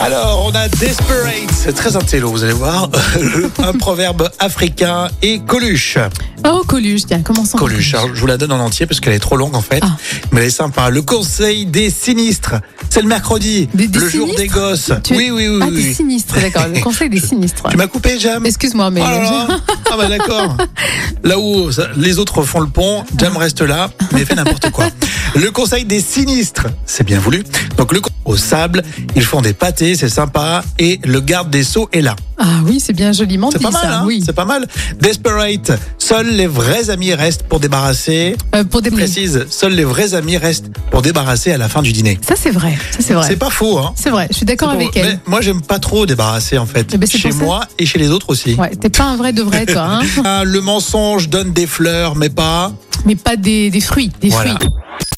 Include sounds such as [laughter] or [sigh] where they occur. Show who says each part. Speaker 1: Alors, on a Desperate, c'est très intello, vous allez voir, [laughs] Le- un proverbe africain et Coluche.
Speaker 2: Oh, Coluche, tiens, commençons. par
Speaker 1: Coluche, hein. alors, je vous la donne en entier parce qu'elle est trop longue en fait,
Speaker 2: Ah.
Speaker 1: mais elle est sympa. Le conseil des sinistres, c'est le mercredi,
Speaker 2: Des- des
Speaker 1: le jour
Speaker 2: sinistres
Speaker 1: des gosses.
Speaker 2: Tu-
Speaker 1: Oui, oui, oui.
Speaker 2: Ah,
Speaker 1: oui.
Speaker 2: des sinistres, d'accord.
Speaker 1: [laughs]
Speaker 2: Le conseil des sinistres.
Speaker 1: Tu m'as coupé, Jam
Speaker 2: Excuse-moi, mais.
Speaker 1: Oh là là. Ah bah
Speaker 2: [laughs]
Speaker 1: d'accord. Là où ça- les autres font le pont, Jam reste là, mais fait n'importe quoi. Le conseil des sinistres, c'est bien voulu. Donc le con- au sable, ils font des pâtés, c'est sympa, et le garde des sceaux est là.
Speaker 2: Ah oui, c'est bien joliment
Speaker 1: C'est
Speaker 2: dit
Speaker 1: pas mal,
Speaker 2: ça.
Speaker 1: hein
Speaker 2: oui.
Speaker 1: C'est pas mal. Desperate, seuls les vrais amis restent pour débarrasser.
Speaker 2: Euh, pour des
Speaker 1: Précise, seuls les vrais amis restent pour débarrasser à la fin du dîner.
Speaker 2: Ça, c'est vrai. Ça, c'est vrai.
Speaker 1: C'est pas faux, hein.
Speaker 2: C'est vrai. Je suis d'accord
Speaker 1: C'est
Speaker 2: avec
Speaker 1: bon.
Speaker 2: elle.
Speaker 1: Mais moi, j'aime pas trop débarrasser, en fait.
Speaker 2: Eh ben, c'est
Speaker 1: chez
Speaker 2: pour ça.
Speaker 1: moi et chez les autres aussi.
Speaker 2: Ouais, t'es pas un vrai de vrai, toi.
Speaker 1: [laughs]
Speaker 2: Hein
Speaker 1: Ah, le mensonge donne des fleurs, mais pas.
Speaker 2: mais pas des, des fruits. Des
Speaker 1: Voilà.
Speaker 2: fruits.